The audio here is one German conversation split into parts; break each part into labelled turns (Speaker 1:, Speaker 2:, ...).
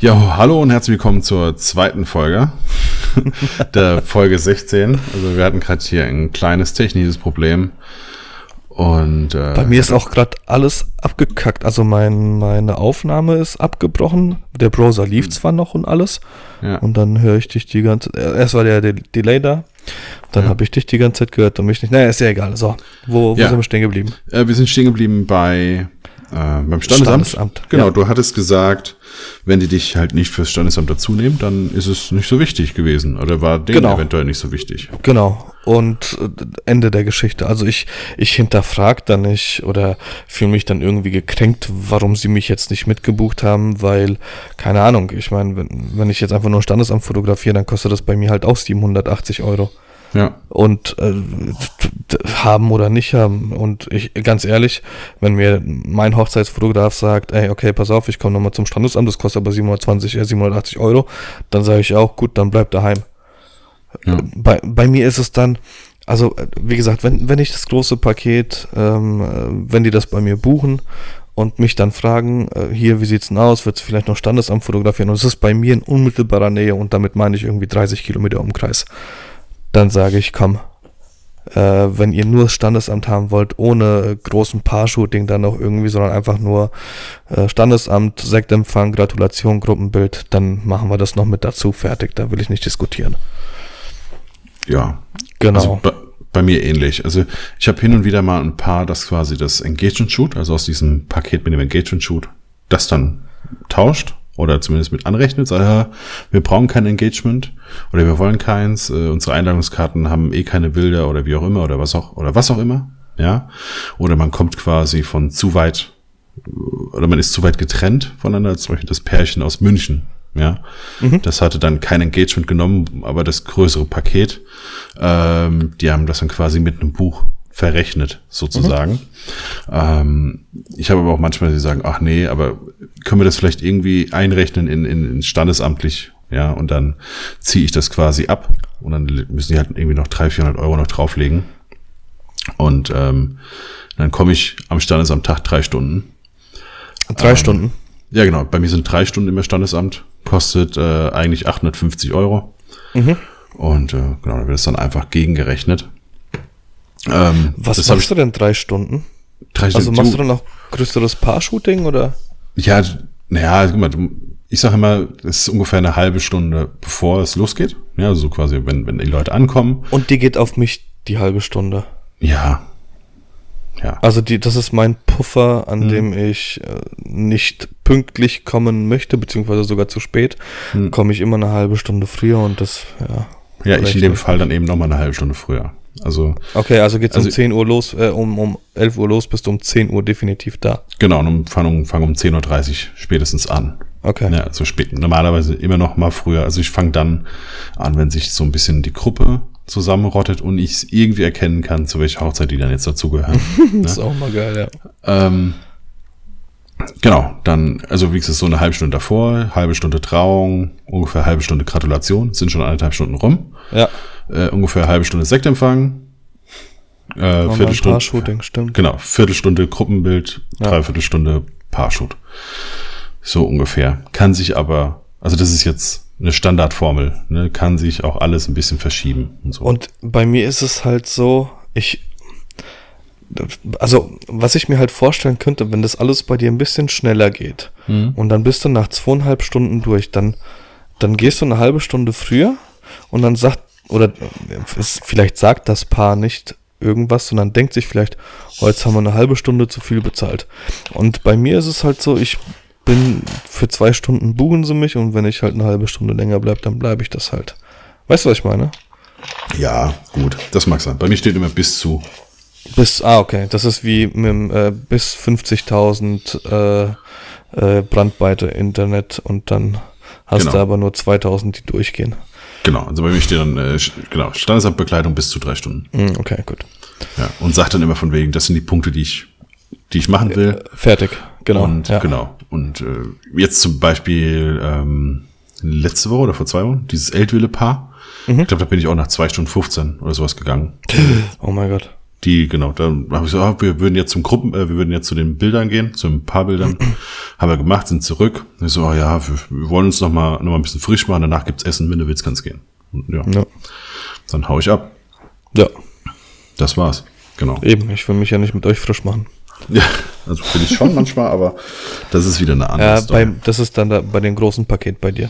Speaker 1: Ja, hallo und herzlich willkommen zur zweiten Folge der Folge 16. Also wir hatten gerade hier ein kleines technisches Problem. Und äh,
Speaker 2: Bei mir ist auch gerade alles abgekackt. Also mein, meine Aufnahme ist abgebrochen. Der Browser lief zwar noch und alles.
Speaker 1: Mhm. Ja.
Speaker 2: Und dann höre ich dich die ganze äh, Erst war der De- Delay da. Dann
Speaker 1: Ja.
Speaker 2: habe ich dich die ganze Zeit gehört und mich nicht. Naja, ist ja egal. So, wo, wo
Speaker 1: Ja.
Speaker 2: sind wir stehen geblieben?
Speaker 1: äh, wir sind stehen geblieben bei äh, beim Standesamt.
Speaker 2: Standesamt,
Speaker 1: Genau,
Speaker 2: ja.
Speaker 1: du hattest gesagt, wenn die dich halt nicht fürs Standesamt dazu nehmen, dann ist es nicht so wichtig gewesen oder war denen
Speaker 2: Genau.
Speaker 1: eventuell nicht so wichtig.
Speaker 2: Genau. Und äh, Ende der Geschichte. Also ich, ich hinterfrage dann nicht oder fühle mich dann irgendwie gekränkt, warum sie mich jetzt nicht mitgebucht haben, weil, keine Ahnung, ich meine, wenn, wenn ich jetzt einfach nur ein Standesamt fotografiere, dann kostet das bei mir halt auch 780 Euro.
Speaker 1: Ja,
Speaker 2: Und äh, d- d- haben oder nicht haben. Und ich, ganz ehrlich, wenn mir mein Hochzeitsfotograf sagt, ey, okay, pass auf, ich komme nochmal zum Standesamt, das kostet aber 720, äh, 780 Euro, dann sage ich auch, gut, dann bleib daheim
Speaker 1: ja.
Speaker 2: bei, bei mir ist es dann, also äh, wie gesagt, wenn, wenn ich das große Paket, ähm, äh, wenn die das bei mir buchen und mich dann fragen, äh, hier, wie sieht's denn aus, wird's vielleicht noch Standesamt fotografieren und es ist bei mir in unmittelbarer Nähe und damit meine ich irgendwie 30 Kilometer Umkreis, dann sage ich, komm, äh, wenn ihr nur das Standesamt haben wollt, ohne großen Paar-Shooting dann noch irgendwie, sondern einfach nur äh, Standesamt, Sektempfang, Gratulation, Gruppenbild, dann machen wir das noch mit dazu, fertig, da will ich nicht diskutieren.
Speaker 1: ja.
Speaker 2: Genau.
Speaker 1: Also bei, bei mir ähnlich. Also ich habe hin und wieder mal ein paar, das quasi das Engagement Shoot, also aus diesem Paket mit dem Engagement Shoot, das dann tauscht oder zumindest mit anrechnet, sagt, ja, wir brauchen kein Engagement oder wir wollen keins, äh, unsere Einladungskarten haben eh keine Bilder oder wie auch immer oder was auch oder was auch immer, ja. Oder man kommt quasi von zu weit oder man ist zu weit getrennt voneinander, zum Beispiel das Pärchen aus München. Ja, das hatte dann kein Engagement genommen, aber das größere Paket. Ähm, die haben das dann quasi mit einem Buch verrechnet, sozusagen. Ähm, ich habe aber auch manchmal, die sagen, ach nee, aber können wir das vielleicht irgendwie einrechnen in, in, in standesamtlich? Ja, und dann ziehe ich das quasi ab und dann müssen die halt irgendwie noch 300, 400 Euro noch drauflegen. Und ähm, dann komme ich am Standesamt Tag drei Stunden.
Speaker 2: Drei Stunden.
Speaker 1: Ja, genau. Bei mir sind drei Stunden immer Standesamt. Kostet äh, eigentlich 850 Euro.
Speaker 2: Mhm.
Speaker 1: Und äh, genau, da wird es dann einfach gegengerechnet. Ähm,
Speaker 2: Was
Speaker 1: das hab
Speaker 2: machst du denn drei Stunden?
Speaker 1: ich drei
Speaker 2: Also
Speaker 1: Stunden-
Speaker 2: machst du dann noch größeres Paar-Shooting oder?
Speaker 1: Ja, naja, guck mal, du- ich sage immer, es ist ungefähr eine halbe Stunde, bevor es losgeht. Ja, also so quasi, wenn, wenn die Leute ankommen.
Speaker 2: Und die geht auf mich die halbe Stunde.
Speaker 1: Ja. Ja.
Speaker 2: Also die, das ist mein Puffer, an dem ich äh, nicht pünktlich kommen möchte, beziehungsweise sogar zu spät. Komme ich immer eine halbe Stunde früher und das, Hm. ja.
Speaker 1: Ja, ich in dem
Speaker 2: rechne.
Speaker 1: Fall dann eben nochmal eine halbe Stunde früher. Also,
Speaker 2: Okay, also geht's
Speaker 1: Also-
Speaker 2: um 10 Uhr los, äh, um, um 11 Uhr los, bist du um 10 Uhr definitiv da.
Speaker 1: genau, und fangen fang um 10.30 Uhr spätestens an.
Speaker 2: Okay.
Speaker 1: Ja, also spät. Normalerweise immer noch mal früher. Also ich fange dann an, wenn sich so ein bisschen die Gruppe zusammenrottet und ich es irgendwie erkennen kann, zu welcher Hochzeit die dann jetzt dazugehören.
Speaker 2: Das ist auch mal geil, ja.
Speaker 1: ähm, genau, dann, also wie gesagt, so eine halbe Stunde davor, halbe Stunde Trauung, ungefähr halbe Stunde Gratulation, sind schon anderthalb Stunden rum,
Speaker 2: Ja,
Speaker 1: äh, ungefähr halbe Stunde Sektempfang, äh,
Speaker 2: und ein
Speaker 1: Viertelstunde,
Speaker 2: Paar-Shooting, stimmt.
Speaker 1: Genau, Viertelstunde Gruppenbild,
Speaker 2: Ja.
Speaker 1: Dreiviertelstunde Paarshoot. So ungefähr. Kann sich aber, also das ist jetzt eine Standardformel, ne? kann sich auch alles ein bisschen verschieben und so.
Speaker 2: Und bei mir ist es halt so, ich. Also, was ich mir halt vorstellen könnte, wenn das alles bei dir ein bisschen schneller geht und dann bist du nach zweieinhalb Stunden durch, dann, dann gehst du eine halbe Stunde früher und dann sagt, oder es, vielleicht sagt das Paar nicht irgendwas, sondern denkt sich vielleicht, oh, jetzt haben wir eine halbe Stunde zu viel bezahlt. Und bei mir ist es halt so, ich bin für zwei Stunden buchen sie mich und wenn ich halt eine halbe Stunde länger bleibe, dann bleibe ich das halt. Weißt du, was ich meine?
Speaker 1: ja, gut, das mag sein. Bei mir steht immer bis zu.
Speaker 2: Bis, ah, okay. Das ist wie mit dem, äh, bis 50.000 äh, äh, Brandweite Internet und dann hast
Speaker 1: Genau.
Speaker 2: du aber nur 2.000, die durchgehen.
Speaker 1: Genau, also bei mir steht dann, äh, sch- genau, Standesamtbekleidung bis zu drei Stunden.
Speaker 2: Hm, okay, gut.
Speaker 1: Ja. Und sagt dann immer von wegen, das sind die Punkte, die ich, die ich machen will.
Speaker 2: Fertig, genau.
Speaker 1: Und
Speaker 2: ja.
Speaker 1: genau. Und äh, jetzt zum Beispiel ähm, letzte Woche oder vor zwei Wochen, dieses
Speaker 2: Mhm.
Speaker 1: Eltwille-Paar. Ich glaube, da bin ich auch nach zwei Stunden 15 oder sowas gegangen.
Speaker 2: Oh mein Gott.
Speaker 1: die, genau, dann habe ich so, ah, wir würden jetzt zum Gruppen, äh, wir würden jetzt zu den Bildern gehen, zu ein paar Bildern. haben wir gemacht, sind zurück. Ich so, ah, ja, wir, wir wollen uns noch mal, noch mal ein bisschen frisch machen, danach gibt's Essen, wenn du willst, kannst gehen. Und, ja,
Speaker 2: Ja.
Speaker 1: dann hau ich ab.
Speaker 2: ja,
Speaker 1: Das war's. Genau.
Speaker 2: eben. Ich will mich ja nicht mit euch frisch machen.
Speaker 1: Ja, also bin ich schon manchmal, aber das ist wieder eine andere
Speaker 2: Ja,
Speaker 1: Story.
Speaker 2: Äh, beim, das ist dann da, bei dem großen Paket bei dir.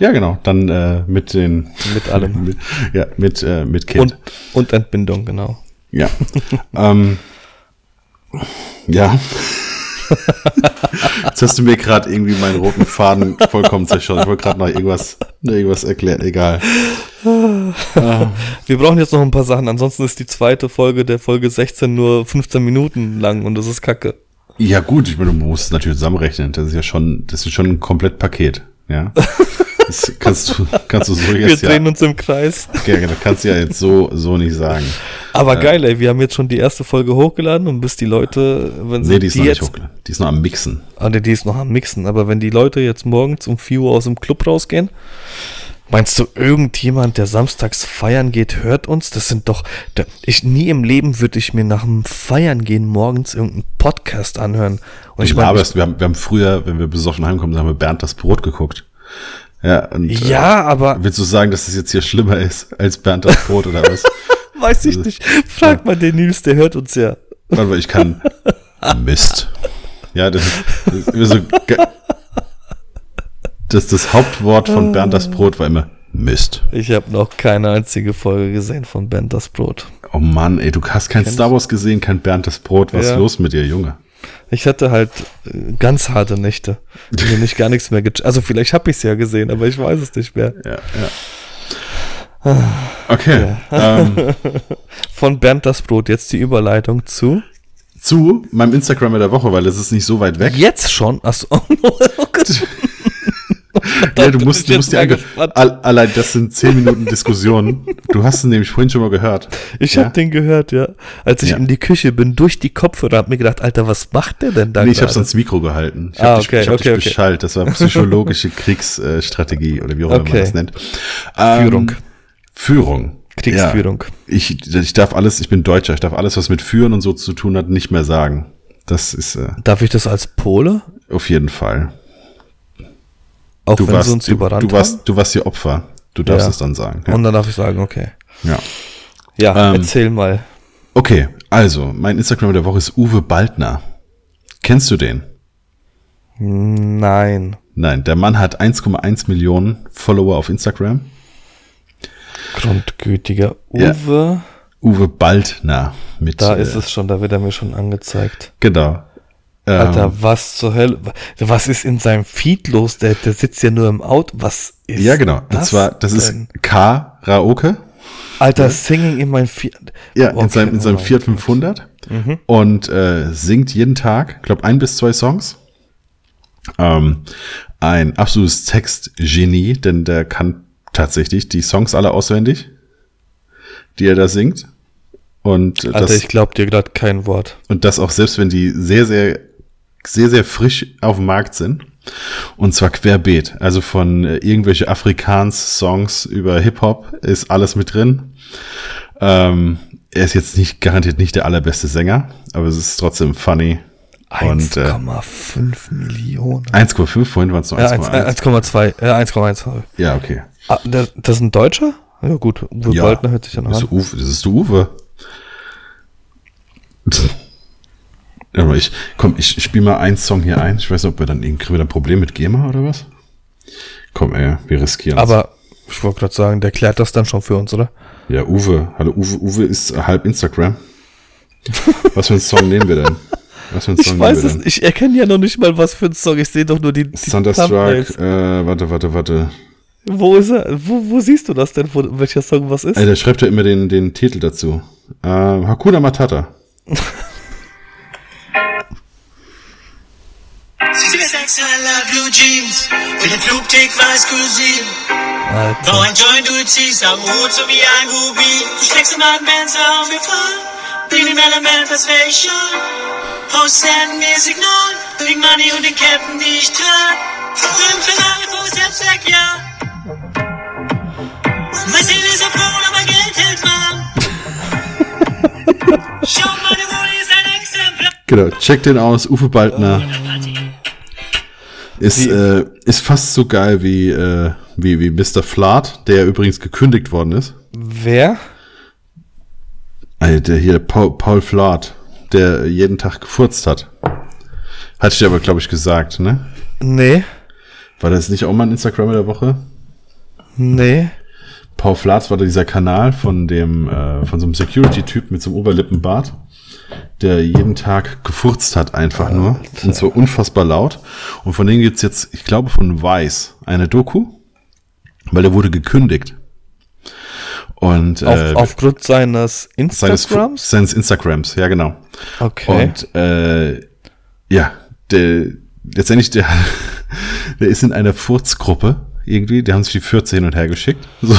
Speaker 1: Ja, genau. Dann äh, mit den
Speaker 2: Mit allem.
Speaker 1: mit, ja, mit, äh, mit Kind.
Speaker 2: Und, und Entbindung, genau.
Speaker 1: Ja. ähm, ja. Jetzt hast du mir gerade irgendwie meinen roten Faden vollkommen zerschossen. Ich wollte gerade noch irgendwas, irgendwas erklären. Egal.
Speaker 2: Wir brauchen jetzt noch ein paar Sachen, ansonsten ist die zweite Folge der Folge 16 nur 15 Minuten lang und das ist Kacke.
Speaker 1: Ja, gut, ich meine, du musst es natürlich zusammenrechnen. Das ist ja schon, das ist schon ein komplett Paket. Ja. Das kannst du, kannst du so
Speaker 2: Wir
Speaker 1: jetzt ja,
Speaker 2: drehen uns im Kreis.
Speaker 1: ja, genau, kannst du ja jetzt so, so nicht sagen.
Speaker 2: Aber geil, ey, wir haben jetzt schon die erste Folge hochgeladen und bis die Leute, wenn sie
Speaker 1: Nee, die ist noch nicht
Speaker 2: jetzt,
Speaker 1: hochgeladen. Die ist noch am Mixen.
Speaker 2: Ah, nee, die ist noch am Mixen, aber wenn die Leute jetzt morgens um 4 Uhr aus dem Club rausgehen, meinst du, irgendjemand, der samstags feiern geht, hört uns? Das sind doch, da- ich, nie im Leben würde ich mir nach dem Feiern gehen morgens irgendeinen Podcast anhören. Und
Speaker 1: Ich
Speaker 2: ich meine,
Speaker 1: wir, haben, wir haben früher, wenn wir besoffen heimkommen, haben wir Bernd das Brot geguckt. Ja, und,
Speaker 2: ich-
Speaker 1: äh,
Speaker 2: ja, aber
Speaker 1: Willst du sagen, dass es jetzt hier schlimmer ist als Bernd das Brot oder was?
Speaker 2: Weiß ich nicht. Frag mal den Nils, der hört uns ja.
Speaker 1: Warte mal, ich kann. Mist. Ja, das, das ist immer so. ge- Das, das Hauptwort von Bernd das Brot war immer Mist.
Speaker 2: Ich habe noch keine einzige Folge gesehen von Ben das Brot.
Speaker 1: Oh Mann, ey, du hast kein Star Wars gesehen, kein Bernd das Brot. Was
Speaker 2: Ja.
Speaker 1: ist los mit dir, Junge?
Speaker 2: Ich hatte halt äh, ganz harte Nächte. Mir nicht gar nichts mehr gecheckt. Also vielleicht habe ich es ja gesehen, aber ich weiß es nicht mehr.
Speaker 1: Ja, ja. Okay. Ähm,
Speaker 2: Von Bernd das Brot jetzt die Überleitung zu.
Speaker 1: zu meinem Instagram der Woche, weil das ist nicht so weit weg.
Speaker 2: Jetzt schon? Achso, oh, Gott.
Speaker 1: Ja, du
Speaker 2: bin
Speaker 1: musst,
Speaker 2: ich
Speaker 1: du
Speaker 2: jetzt
Speaker 1: musst die
Speaker 2: mal
Speaker 1: ange
Speaker 2: gespannt.
Speaker 1: All, allein das sind 10 Minuten Diskussion. Du hast es nämlich vorhin schon mal gehört.
Speaker 2: ich
Speaker 1: ja?
Speaker 2: habe den gehört, ja. Als ich
Speaker 1: Ja.
Speaker 2: in die Küche bin, durch die Kopfhörer, hab mir gedacht, Alter, was macht der denn da
Speaker 1: Nee, ich habe
Speaker 2: gerade?
Speaker 1: es ans Mikro gehalten. Ich
Speaker 2: Ah,
Speaker 1: habe
Speaker 2: okay,
Speaker 1: dich, ich hab
Speaker 2: okay,
Speaker 1: dich
Speaker 2: okay.
Speaker 1: beschallt. Das war psychologische Kriegsstrategie oder wie auch immer man
Speaker 2: Okay.
Speaker 1: das nennt. Ähm,
Speaker 2: Führung.
Speaker 1: Führung.
Speaker 2: Kriegsführung.
Speaker 1: Ja. Ich, ich darf alles, ich bin Deutscher, ich darf alles, was mit Führen und so zu tun hat, nicht mehr sagen. Das ist äh,
Speaker 2: Darf ich das als Pole?
Speaker 1: auf jeden Fall.
Speaker 2: Auch
Speaker 1: Du
Speaker 2: wenn
Speaker 1: warst,
Speaker 2: sie uns
Speaker 1: du,
Speaker 2: überrannt
Speaker 1: du
Speaker 2: haben?
Speaker 1: warst, du warst hier Opfer. Du darfst
Speaker 2: Ja.
Speaker 1: es dann sagen. Ja.
Speaker 2: Und dann darf ich sagen, okay.
Speaker 1: ja.
Speaker 2: Ja,
Speaker 1: Ähm,
Speaker 2: erzähl mal.
Speaker 1: Okay, also, mein Instagram der Woche ist Uwe Baldner. Kennst du den?
Speaker 2: Nein.
Speaker 1: Nein, der Mann hat 1,1 Millionen Follower auf Instagram.
Speaker 2: Grundgütiger
Speaker 1: Ja.
Speaker 2: Uwe.
Speaker 1: Uwe Baldner mit.
Speaker 2: Da
Speaker 1: äh,
Speaker 2: ist es schon, da wird er mir schon angezeigt.
Speaker 1: Genau. Ähm,
Speaker 2: Alter, was zur Hölle? Was ist in seinem Feed los? Der, der sitzt ja nur im Auto. Was ist
Speaker 1: ja, genau. Und
Speaker 2: das
Speaker 1: zwar, das
Speaker 2: denn?
Speaker 1: ist Karaoke.
Speaker 2: Alter, Singing in meinem Feed.
Speaker 1: Ja,
Speaker 2: Okay,
Speaker 1: in seinem, in seinem
Speaker 2: oh Mhm. mein
Speaker 1: Fiat 500. Und äh, singt jeden Tag, glaube ein bis zwei Songs. Ähm, ein absolutes Textgenie, denn der kann tatsächlich die Songs alle auswendig, die er da singt. Und äh,
Speaker 2: Alter,
Speaker 1: das,
Speaker 2: ich glaub dir gerade kein Wort.
Speaker 1: und das auch selbst, wenn die sehr, sehr, sehr, sehr frisch auf dem Markt sind. Und zwar querbeet. Also von äh, irgendwelche Afrikaans-Songs über Hip-Hop ist alles mit drin. Ähm, er ist jetzt nicht garantiert nicht der allerbeste Sänger, aber es ist trotzdem funny. Und äh,
Speaker 2: 1,5 Millionen.
Speaker 1: 1,5, vorhin waren es nur
Speaker 2: Ja, äh,
Speaker 1: 1,1.
Speaker 2: 1, 1,2. Ja, 1,1. sorry.
Speaker 1: ja, okay.
Speaker 2: Ah, das, das ist ein Deutscher? Ja, gut. Uwe
Speaker 1: Ja.
Speaker 2: Baldner hört sich dann
Speaker 1: Das
Speaker 2: an.
Speaker 1: ist Uwe. Das ist der Uwe. Warte mal, Ich, komm, ich spiele mal einen Song hier ein. Ich weiß nicht, ob wir dann irgendwie kriegen wir dann ein Problem mit GEMA oder was? Komm, ey, wir riskieren
Speaker 2: Aber ich wollte gerade sagen, der klärt das dann schon für uns, oder?
Speaker 1: Ja, Uwe. Hallo, Uwe. Uwe ist äh, halb Instagram. Was für einen Song nehmen wir denn? Was für einen
Speaker 2: Ich weiß es
Speaker 1: denn?
Speaker 2: nicht. Ich erkenne ja noch nicht mal, was für ein Song. Ich sehe doch nur die, die
Speaker 1: Thunderstruck, äh, warte, warte, warte.
Speaker 2: Wo ist er? Wo, wo siehst du das denn, wo, welcher Song was ist?
Speaker 1: Ey, der schreibt ja immer den, den Titel dazu. Ähm, Hakuna Matata.
Speaker 3: Sie sind sexy la blue jeans und im Flugtick weiß Cousin.
Speaker 2: Alter.
Speaker 3: Bau ein Joint, du ziehst am Hut so wie ein Ruby. Du steckst in meinen Benzer und wir fahren. Bin im Element, das wär ich schon. Host senden mir Signal, bring Money und den Captain, die ich trag. Im Ferrari vor selbst weg, ja. Mein Sinn ist erfroren, aber Geld hält warm. Schau mal, wo ist ein Exemplar?
Speaker 1: Genau, check den aus. Uwe Baldner ist,
Speaker 2: Wie-
Speaker 1: äh, ist fast so geil wie, äh, wie, wie Mr. Flat, der übrigens gekündigt worden ist.
Speaker 2: Wer?
Speaker 1: Also der hier, Paul, Paul Flat, der jeden Tag gefurzt hat. Hatte ich dir aber, glaube ich, gesagt, ne?
Speaker 2: Nee,
Speaker 1: War das nicht auch mal ein Instagram der Woche?
Speaker 2: nee.
Speaker 1: Paul Flatz war da dieser Kanal von dem, äh, von so einem Security-Typ mit so einem Oberlippenbart, der jeden Tag gefurzt hat, einfach nur. Und so unfassbar laut. Und von denen gibt's jetzt, ich glaube, von Weiß eine Doku, weil der wurde gekündigt. Und
Speaker 2: Auf,
Speaker 1: äh,
Speaker 2: aufgrund seines
Speaker 1: seines, Fu-
Speaker 2: Instagrams?
Speaker 1: seines Instagrams, ja, genau.
Speaker 2: Okay.
Speaker 1: Und äh, ja, der, letztendlich, der, der ist in einer Furzgruppe irgendwie, die haben sich die Fürze hin und her geschickt. So,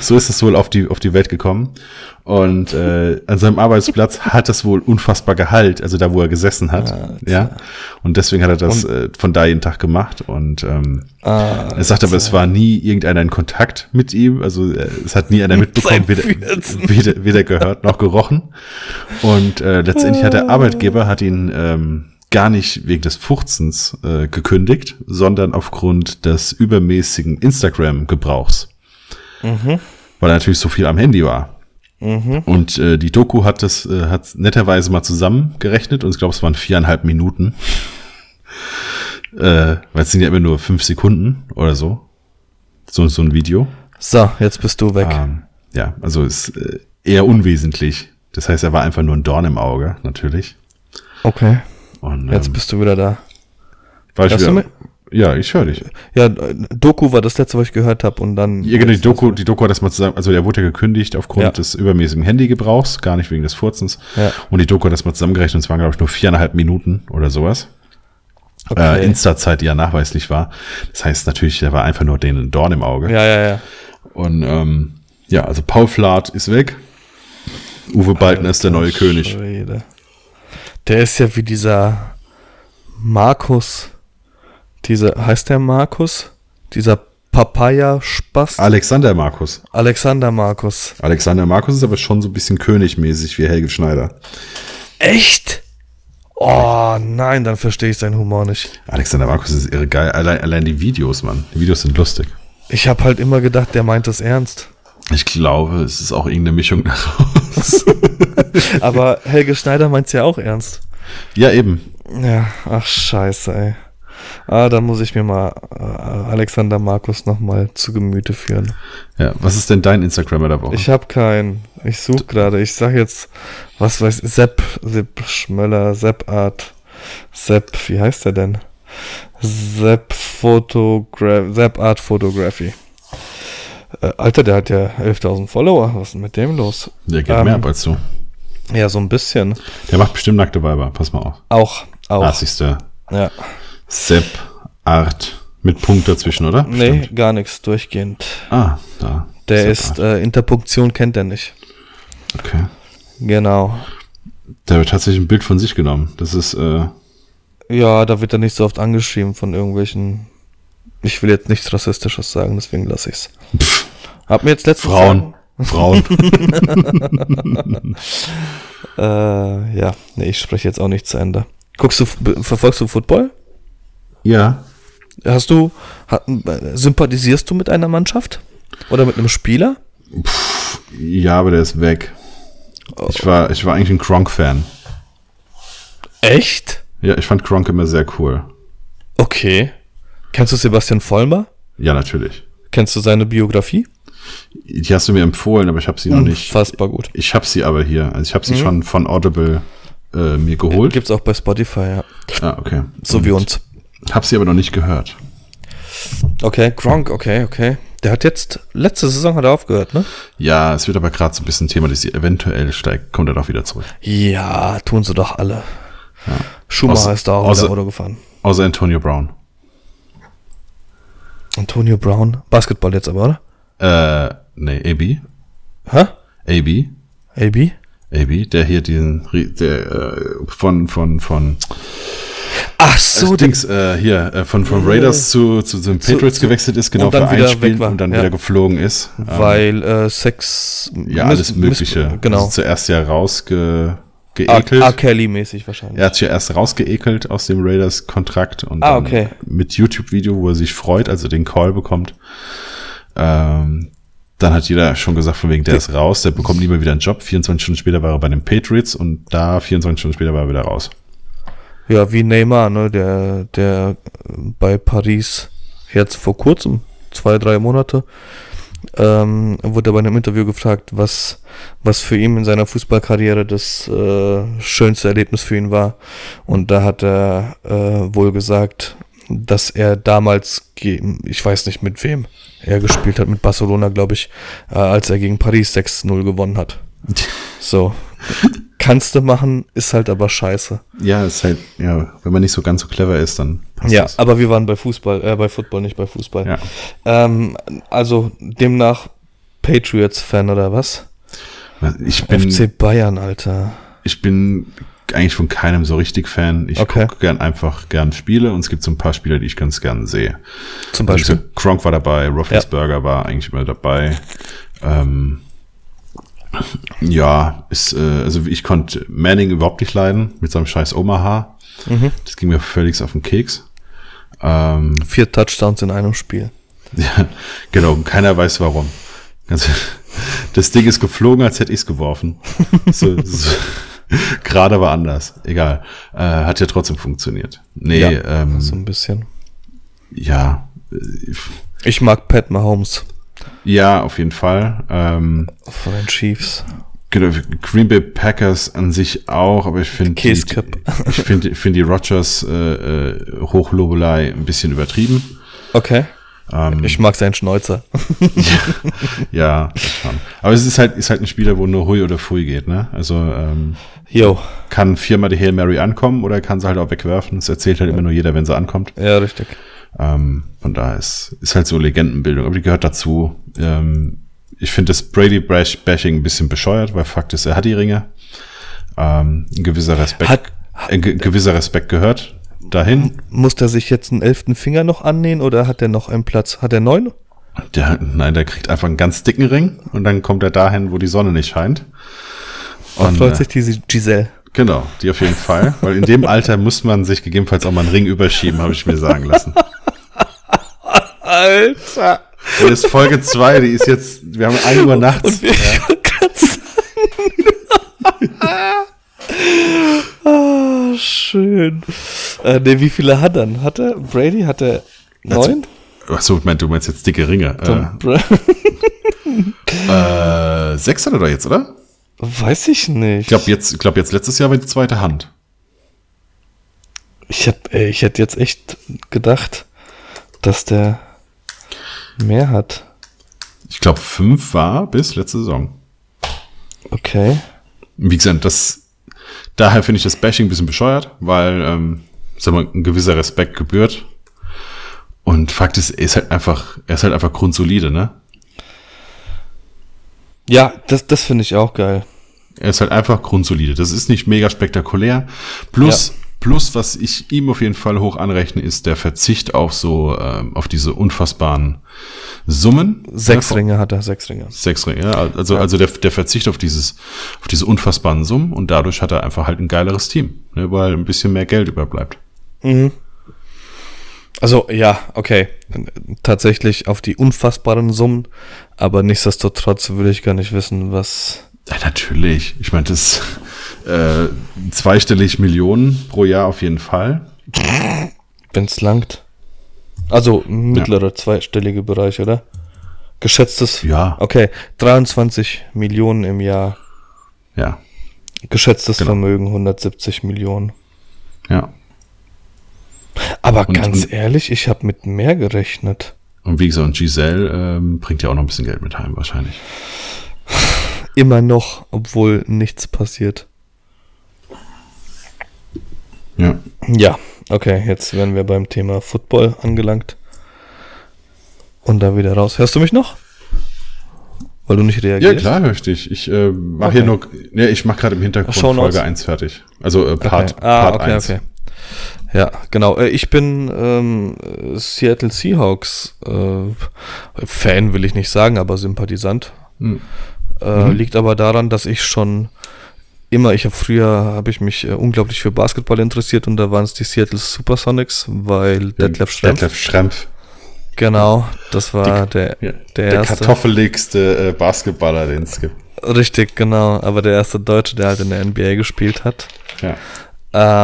Speaker 1: so ist es wohl auf die, auf die Welt gekommen. Und äh, an seinem Arbeitsplatz hat es wohl unfassbar gehalt, also da, wo er gesessen hat. ja. Und deswegen hat er das äh, von da jeden Tag gemacht. Und ähm, er sagt aber, es war nie irgendeiner in Kontakt mit ihm. Also äh, es hat nie einer mitbekommen, weder,
Speaker 2: Fürzen.
Speaker 1: weder, weder gehört noch gerochen. Und äh, letztendlich hat der Arbeitgeber hat ihn ähm, gar nicht wegen des Furzens äh, gekündigt, sondern aufgrund des übermäßigen Instagram-Gebrauchs. Weil er natürlich so viel am Handy war.
Speaker 2: Mhm.
Speaker 1: Und äh, die Doku hat das äh, hat's netterweise mal zusammengerechnet und ich glaube, es waren viereinhalb Minuten. äh, weil es sind ja immer nur fünf Sekunden oder so. So, so ein Video.
Speaker 2: so, jetzt bist du weg.
Speaker 1: Ähm, ja, also ist äh, eher unwesentlich. Das heißt, er war einfach nur ein Dorn im Auge, natürlich.
Speaker 2: Okay,
Speaker 1: Und,
Speaker 2: jetzt
Speaker 1: ähm,
Speaker 2: bist du wieder da.
Speaker 1: war ich
Speaker 2: Hörst du
Speaker 1: wieder, ja, ich höre dich.
Speaker 2: Ja, äh, Doku war das letzte, was ich gehört habe und dann.
Speaker 1: Ja, genau, die Doku, die Doku hat das mal zusammen, also der wurde ja gekündigt aufgrund
Speaker 2: Ja.
Speaker 1: des übermäßigen Handygebrauchs, gar nicht wegen des Furzens.
Speaker 2: Ja.
Speaker 1: Und die Doku hat das mal zusammengerechnet, und es waren, glaube ich, nur viereinhalb Minuten oder sowas.
Speaker 2: Okay.
Speaker 1: Äh, Insta-Zeit, die ja nachweislich war. Das heißt natürlich, der war einfach nur denen ein Dorn im Auge.
Speaker 2: Ja, ja, ja.
Speaker 1: Und ähm, ja, also Paul Flath ist weg. Uwe Balten ist der neue König.
Speaker 2: Schwede. Der ist ja wie dieser Markus. Dieser, heißt der Markus? Dieser Papaya-Spast?
Speaker 1: Alexander Markus.
Speaker 2: Alexander Markus.
Speaker 1: Alexander Markus ist aber schon so ein bisschen königmäßig wie Helge Schneider.
Speaker 2: Echt? Oh nein, dann verstehe ich seinen Humor nicht.
Speaker 1: Alexander Markus ist irre geil. Allein, allein die Videos, Mann. Die Videos sind lustig.
Speaker 2: Ich habe halt immer gedacht, der meint das ernst.
Speaker 1: Ich glaube, es ist auch irgendeine Mischung daraus.
Speaker 2: Aber Helge Schneider meint's ja auch ernst.
Speaker 1: ja, eben.
Speaker 2: Ja, ach scheiße, ey. Ah, dann muss ich mir mal äh, Alexander Markus nochmal zu Gemüte führen.
Speaker 1: Ja, was ist denn dein Instagrammer der Woche?
Speaker 2: Ich habe keinen. Ich suche gerade. Ich sag jetzt, was weiß ich, Sepp, Sepp Schmöller, Sepp Art, Sepp, wie heißt der denn? Sepp Photograph, Sepp Art Photography. Äh, Alter, der hat ja 11.000 Follower. Was ist denn mit dem los?
Speaker 1: der geht
Speaker 2: ähm,
Speaker 1: mehr ab als du.
Speaker 2: Ja, so ein bisschen.
Speaker 1: Der macht bestimmt nackte Weiber. Pass mal auf.
Speaker 2: Auch, auch.
Speaker 1: Das ist der
Speaker 2: ja.
Speaker 1: Sepp Art. Mit Punkt dazwischen, oder?
Speaker 2: Nee,
Speaker 1: Stimmt.
Speaker 2: gar nichts, durchgehend.
Speaker 1: Ah, da.
Speaker 2: Der
Speaker 1: Sepp
Speaker 2: ist, äh, Interpunktion kennt er nicht.
Speaker 1: Art. Okay.
Speaker 2: Genau.
Speaker 1: Der hat tatsächlich ein Bild von sich genommen. Das ist, äh,
Speaker 2: Ja, da wird er nicht so oft angeschrieben von irgendwelchen. Ich will jetzt nichts Rassistisches sagen, deswegen lasse ich's.
Speaker 1: pff,
Speaker 2: Hab mir jetzt letztens.
Speaker 1: Frauen. Frauen.
Speaker 2: Äh, ja, nee, ich spreche jetzt auch nicht zu Ende. Guckst du, be- verfolgst du Football?
Speaker 1: ja.
Speaker 2: Hast du, hat, sympathisierst du mit einer Mannschaft? Oder mit einem Spieler?
Speaker 1: Ja, aber der ist weg. Ich war, ich war eigentlich ein Gronk-Fan.
Speaker 2: Echt?
Speaker 1: Ja, ich fand Gronk immer sehr cool.
Speaker 2: Okay. Kennst du Sebastian Vollmer?
Speaker 1: Ja, natürlich.
Speaker 2: Kennst du seine Biografie?
Speaker 1: Die hast du mir empfohlen, aber ich habe sie
Speaker 2: Hm.
Speaker 1: noch nicht.
Speaker 2: Unfassbar gut.
Speaker 1: Ich habe sie aber hier. Also ich habe
Speaker 2: Mhm.
Speaker 1: sie schon von Audible äh, mir geholt.
Speaker 2: Gibt's auch bei Spotify, ja.
Speaker 1: ah, okay.
Speaker 2: So wie uns.
Speaker 1: Habe sie aber noch nicht gehört.
Speaker 2: Okay, Gronk, okay, okay. Der hat jetzt, letzte Saison hat er aufgehört, ne?
Speaker 1: Ja, es wird aber gerade so ein bisschen Thema, dass sie eventuell steigt, kommt er doch wieder zurück.
Speaker 2: Ja, tun sie doch alle. Schumacher
Speaker 1: Außer-
Speaker 2: ist da auch
Speaker 1: außer-
Speaker 2: wieder Auto gefahren.
Speaker 1: Außer Antonio Brown.
Speaker 2: Antonio Brown. Basketball jetzt aber, oder?
Speaker 1: Äh, nee, AB.
Speaker 2: Hä?
Speaker 1: AB.
Speaker 2: AB?
Speaker 1: AB, der hier diesen, Rie- der, äh, von, von, von,
Speaker 2: Ach so,
Speaker 1: Als äh, Dings äh, hier äh, von, von Raiders zu, zu, den Patriots
Speaker 2: zu-
Speaker 1: gewechselt ist, genau
Speaker 2: und dann
Speaker 1: für ein
Speaker 2: wieder
Speaker 1: Spiel
Speaker 2: weg war,
Speaker 1: und dann
Speaker 2: ja.
Speaker 1: wieder geflogen ist. Ähm,
Speaker 2: weil äh, Sex.
Speaker 1: ja,
Speaker 2: Miss-
Speaker 1: alles Mögliche.
Speaker 2: Miss- genau. Ah,
Speaker 1: Also zuerst ja rausgeekelt.
Speaker 2: A, A. Kelly-mäßig wahrscheinlich.
Speaker 1: Er hat sich ja erst rausgeekelt aus dem Raiders-Kontrakt und
Speaker 2: Ah,
Speaker 1: dann
Speaker 2: okay.
Speaker 1: mit YouTube-Video, wo er sich freut, also den Call bekommt. Ähm, dann hat jeder schon gesagt, von wegen, der ist raus, der bekommt nie mehr wieder einen Job. 24 Stunden später war er bei den Patriots und da 24 Stunden später war er wieder raus.
Speaker 2: Ja, wie Neymar, ne, der, der äh, bei Paris jetzt vor kurzem, zwei, drei Monate, ähm, wurde bei einem Interview gefragt, was, was für ihn in seiner Fußballkarriere das äh, schönste Erlebnis für ihn war. Und da hat er äh, wohl gesagt, dass er damals, gegen, ich weiß nicht mit wem, er gespielt hat, mit Barcelona, glaube ich, äh, als er gegen Paris 6-0 gewonnen hat. So. Kannst du machen, ist halt aber scheiße.
Speaker 1: Ja, ist halt, ja, wenn man nicht so ganz so clever ist, dann passt
Speaker 2: Ja,
Speaker 1: das.
Speaker 2: aber wir waren bei Fußball, äh, bei Football, nicht bei Fußball.
Speaker 1: Ja.
Speaker 2: Ähm, also demnach Patriots-Fan oder was?
Speaker 1: Ich bin,
Speaker 2: FC Bayern, Alter.
Speaker 1: ich bin eigentlich von keinem so richtig Fan. Ich
Speaker 2: Okay.
Speaker 1: gucke gern einfach gern Spiele und es gibt so ein paar Spiele, die ich ganz gern sehe.
Speaker 2: Zum
Speaker 1: Also
Speaker 2: Beispiel.
Speaker 1: Kronk war dabei,
Speaker 2: Ja.
Speaker 1: Rufflesberger war eigentlich immer dabei. Ähm, ja, ist, äh, also ich konnte Manning überhaupt nicht leiden mit seinem scheiß Omaha.
Speaker 2: Mhm.
Speaker 1: Das ging mir völlig auf den Keks. Ähm,
Speaker 2: Vier Touchdowns in einem Spiel.
Speaker 1: ja, genau, und keiner weiß warum. Also, das Ding ist geflogen, als hätte ich es geworfen. So, so, gerade war anders. Egal. Äh, hat ja trotzdem funktioniert. Nee,
Speaker 2: ja,
Speaker 1: ähm,
Speaker 2: so ein bisschen.
Speaker 1: ja. äh,
Speaker 2: Ich mag Pat Mahomes
Speaker 1: Ja, auf jeden Fall. Ähm,
Speaker 2: von den Chiefs.
Speaker 1: Genau, Green Bay Packers an sich auch, aber ich finde die-
Speaker 2: Case Cup.
Speaker 1: ich finde find die Rogers äh, äh, Hochlobelei ein bisschen übertrieben.
Speaker 2: Okay.
Speaker 1: Ähm,
Speaker 2: Ich mag seinen Schnäuzer.
Speaker 1: ja, schon. aber es ist halt ist halt ein Spieler, wo nur Hui oder Fui geht, ne? Also ähm,
Speaker 2: Jo.
Speaker 1: kann viermal die Hail Mary ankommen oder kann sie halt auch wegwerfen. Das erzählt halt immer nur jeder, wenn sie ankommt.
Speaker 2: Ja, richtig.
Speaker 1: Ähm, von daher ist, ist halt so Legendenbildung, aber die gehört dazu. Ähm, ich finde das Brady-Bashing ein bisschen bescheuert, weil Fakt ist, er hat die Ringe. Ähm, ein gewisser Respekt.
Speaker 2: Hat, hat,
Speaker 1: ein Äh, ge gewisser Respekt gehört dahin.
Speaker 2: muss der sich jetzt einen elften Finger noch annähen oder hat er noch einen Platz? Hat er neun?
Speaker 1: Der, nein, der kriegt einfach einen ganz dicken Ring und dann kommt er dahin, wo die Sonne nicht scheint.
Speaker 2: Da
Speaker 1: Und,
Speaker 2: freut
Speaker 1: äh,
Speaker 2: sich diese Giselle.
Speaker 1: Genau, die auf jeden Fall. Weil in dem Alter muss man sich gegebenenfalls auch mal einen Ring überschieben, habe ich mir sagen lassen.
Speaker 2: Alter.
Speaker 1: Und das ist Folge 2, die ist jetzt, wir haben 1 Uhr nachts.
Speaker 2: Wir ah, schön. Äh, ne, wie viele hat er? Hat er Brady? Hat er neun?
Speaker 1: Achso, Also, ich mein, du meinst jetzt dicke Ringe. Äh,
Speaker 2: Bra-
Speaker 1: Äh, sechs hat er doch jetzt, oder?
Speaker 2: Weiß ich
Speaker 1: Ich
Speaker 2: nicht.
Speaker 1: glaube, jetzt, ich glaub, jetzt letztes Jahr war die zweite Hand.
Speaker 2: Ich, hab, äh, ich hätte jetzt echt gedacht, dass der mehr hat.
Speaker 1: Ich glaube, fünf war bis letzte Saison.
Speaker 2: Okay.
Speaker 1: Wie gesagt, das, daher finde ich das Bashing ein bisschen bescheuert, weil, ähm, sag mal, ein gewisser Respekt gebührt. Und Fakt ist, er ist halt einfach, er ist halt einfach grundsolide, ne?
Speaker 2: Ja, das, das finde ich auch geil.
Speaker 1: Er ist halt einfach grundsolide. Das ist nicht mega spektakulär. Plus, plus, was ich ihm auf jeden Fall hoch anrechne, ist der Verzicht auf so, ähm, auf diese unfassbaren Summen.
Speaker 2: Sechs
Speaker 1: Ja,
Speaker 2: Ringe hat er, sechs Ringe.
Speaker 1: Sechs Ringe, ja. Also, also der, der Verzicht auf dieses, auf diese unfassbaren Summen und dadurch hat er einfach halt ein geileres Team, ne, weil ein bisschen mehr Geld überbleibt.
Speaker 2: Also ja, okay. Tatsächlich auf die unfassbaren Summen, aber nichtsdestotrotz würde ich gar nicht wissen, was.
Speaker 1: Ja, natürlich. Ich meine, das äh, zweistellig Millionen pro Jahr auf jeden Fall.
Speaker 2: Wenn's langt. Also mittlerer zweistellige Bereich, oder? Geschätztes.
Speaker 1: Ja.
Speaker 2: Okay, 23 Millionen im Jahr.
Speaker 1: Ja,
Speaker 2: Geschätztes
Speaker 1: Genau.
Speaker 2: Vermögen 170 Millionen.
Speaker 1: ja.
Speaker 2: Aber
Speaker 1: Und-
Speaker 2: ganz
Speaker 1: und-
Speaker 2: ehrlich, ich habe mit mehr gerechnet.
Speaker 1: Und wie gesagt, und Giselle ähm, bringt ja auch noch ein bisschen Geld mit heim wahrscheinlich.
Speaker 2: Immer noch, obwohl nichts passiert.
Speaker 1: Ja.
Speaker 2: Ja, okay, jetzt wären wir beim Thema Football angelangt. Und da wieder raus. Hörst du mich noch? Weil du nicht
Speaker 1: Ja,
Speaker 2: reagierst?
Speaker 1: klar, höre ich dich. Ich äh, mache hier nur, ne, ich mache gerade im Hintergrund
Speaker 2: Shownotes.
Speaker 1: Folge 1 fertig. Also äh,
Speaker 2: Okay.
Speaker 1: Part,
Speaker 2: ah,
Speaker 1: Part
Speaker 2: okay,
Speaker 1: 1.
Speaker 2: okay. Ja, genau. Äh, Ich bin ähm, Seattle Seahawks äh, Fan, will ich nicht sagen, aber Sympathisant.
Speaker 1: Hm.
Speaker 2: Äh, Liegt aber daran, dass ich schon immer, ich habe früher, habe ich mich äh, unglaublich für Basketball interessiert und da waren es die Seattle Supersonics, weil Detlef Schrempf,
Speaker 1: Detlef Schrempf.
Speaker 2: genau, das war der,
Speaker 1: Ja.
Speaker 2: der,
Speaker 1: Der,
Speaker 2: erste,
Speaker 1: kartoffeligste äh, Basketballer, den es gibt.
Speaker 2: richtig, genau, aber der erste Deutsche, der halt in der NBA gespielt hat.
Speaker 1: Ja.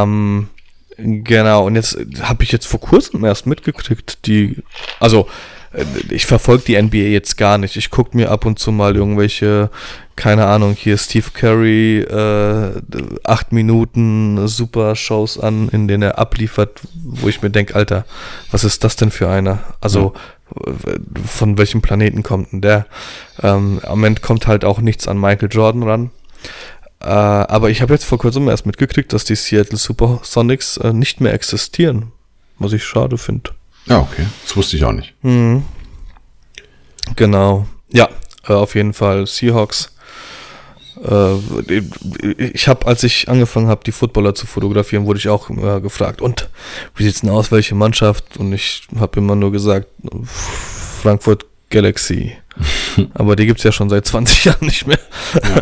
Speaker 2: Ähm, genau, und jetzt habe ich jetzt vor kurzem erst mitgekriegt, die, also äh, ich verfolge die NBA jetzt gar nicht. Ich gucke mir ab und zu mal irgendwelche, keine Ahnung, hier Steve Curry, äh, acht Minuten Super-Shows an, in denen er abliefert, wo ich mir denke, Alter, was ist das denn für einer? Also w- w- von welchem Planeten kommt denn der? Ähm, am Ende kommt halt auch nichts an Michael Jordan ran. Äh, aber ich habe jetzt vor kurzem erst mitgekriegt, dass die Seattle Supersonics äh, nicht mehr existieren. Was ich schade finde.
Speaker 1: Ah, okay. Das wusste ich auch nicht.
Speaker 2: Genau. Ja, äh, auf jeden Fall Seahawks. Äh, ich habe, als ich angefangen habe, die Footballer zu fotografieren, wurde ich auch äh, gefragt, und wie sieht's denn aus, welche Mannschaft? Und ich habe immer nur gesagt, Frankfurt Galaxy. Aber die gibt's ja schon seit 20 Jahren nicht mehr.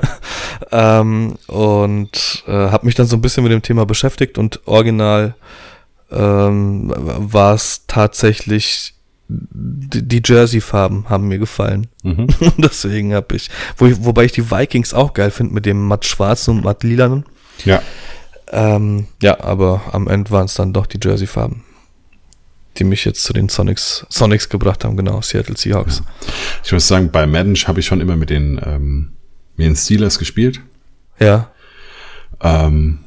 Speaker 2: ähm, und äh, habe mich dann so ein bisschen mit dem Thema beschäftigt und original ähm, war es tatsächlich, die die Jersey-Farben haben mir gefallen.
Speaker 1: Mhm.
Speaker 2: Deswegen habe ich, wo ich, wobei ich die Vikings auch geil finde mit dem matt schwarzen und matt lilanen.
Speaker 1: Ja.
Speaker 2: Ähm, ja, aber am Ende waren es dann doch die Jersey-Farben, die mich jetzt zu den Sonics, Sonics gebracht haben, genau, Seattle Seahawks.
Speaker 1: Ich muss sagen, bei Madden habe ich schon immer mit den, ähm, mit den Steelers gespielt.
Speaker 2: Ja.
Speaker 1: Ähm,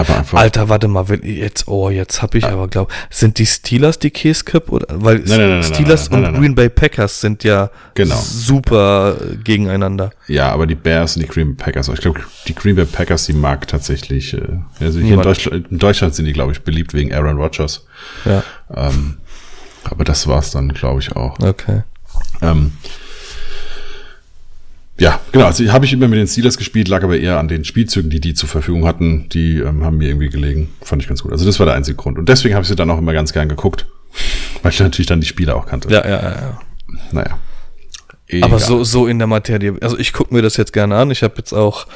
Speaker 1: aber einfach.
Speaker 2: Alter, warte mal, wenn jetzt, oh, jetzt habe ich aber glaub, sind die Steelers die Käsekup oder weil
Speaker 1: Ah. nein, nein, nein,
Speaker 2: Steelers
Speaker 1: nein, nein,
Speaker 2: und
Speaker 1: nein.
Speaker 2: Green Bay Packers sind ja
Speaker 1: Genau.
Speaker 2: super äh, gegeneinander.
Speaker 1: Ja, aber die Bears und die Green Bay Packers. Ich glaube, die Green Bay Packers, die mag tatsächlich. Äh, also hier in
Speaker 2: Niemand.
Speaker 1: Deutschland, in Deutschland sind die, glaube ich, beliebt wegen Aaron Rodgers.
Speaker 2: Ja,
Speaker 1: Ähm, aber das war's dann, glaube ich, auch.
Speaker 2: okay.
Speaker 1: Ähm, ja, genau. Also habe ich immer mit den Steelers gespielt, lag aber eher an den Spielzügen, die die zur Verfügung hatten. Die ähm, haben mir irgendwie gelegen. Fand ich ganz gut. Also das war der einzige Grund. Und deswegen habe ich sie dann auch immer ganz gern geguckt. Weil ich natürlich dann die Spiele auch kannte.
Speaker 2: Ja, ja, ja. ja.
Speaker 1: Naja.
Speaker 2: Aber
Speaker 1: Egal.
Speaker 2: so, so in der Materie. Also ich gucke mir das jetzt gerne an. Ich habe jetzt auch,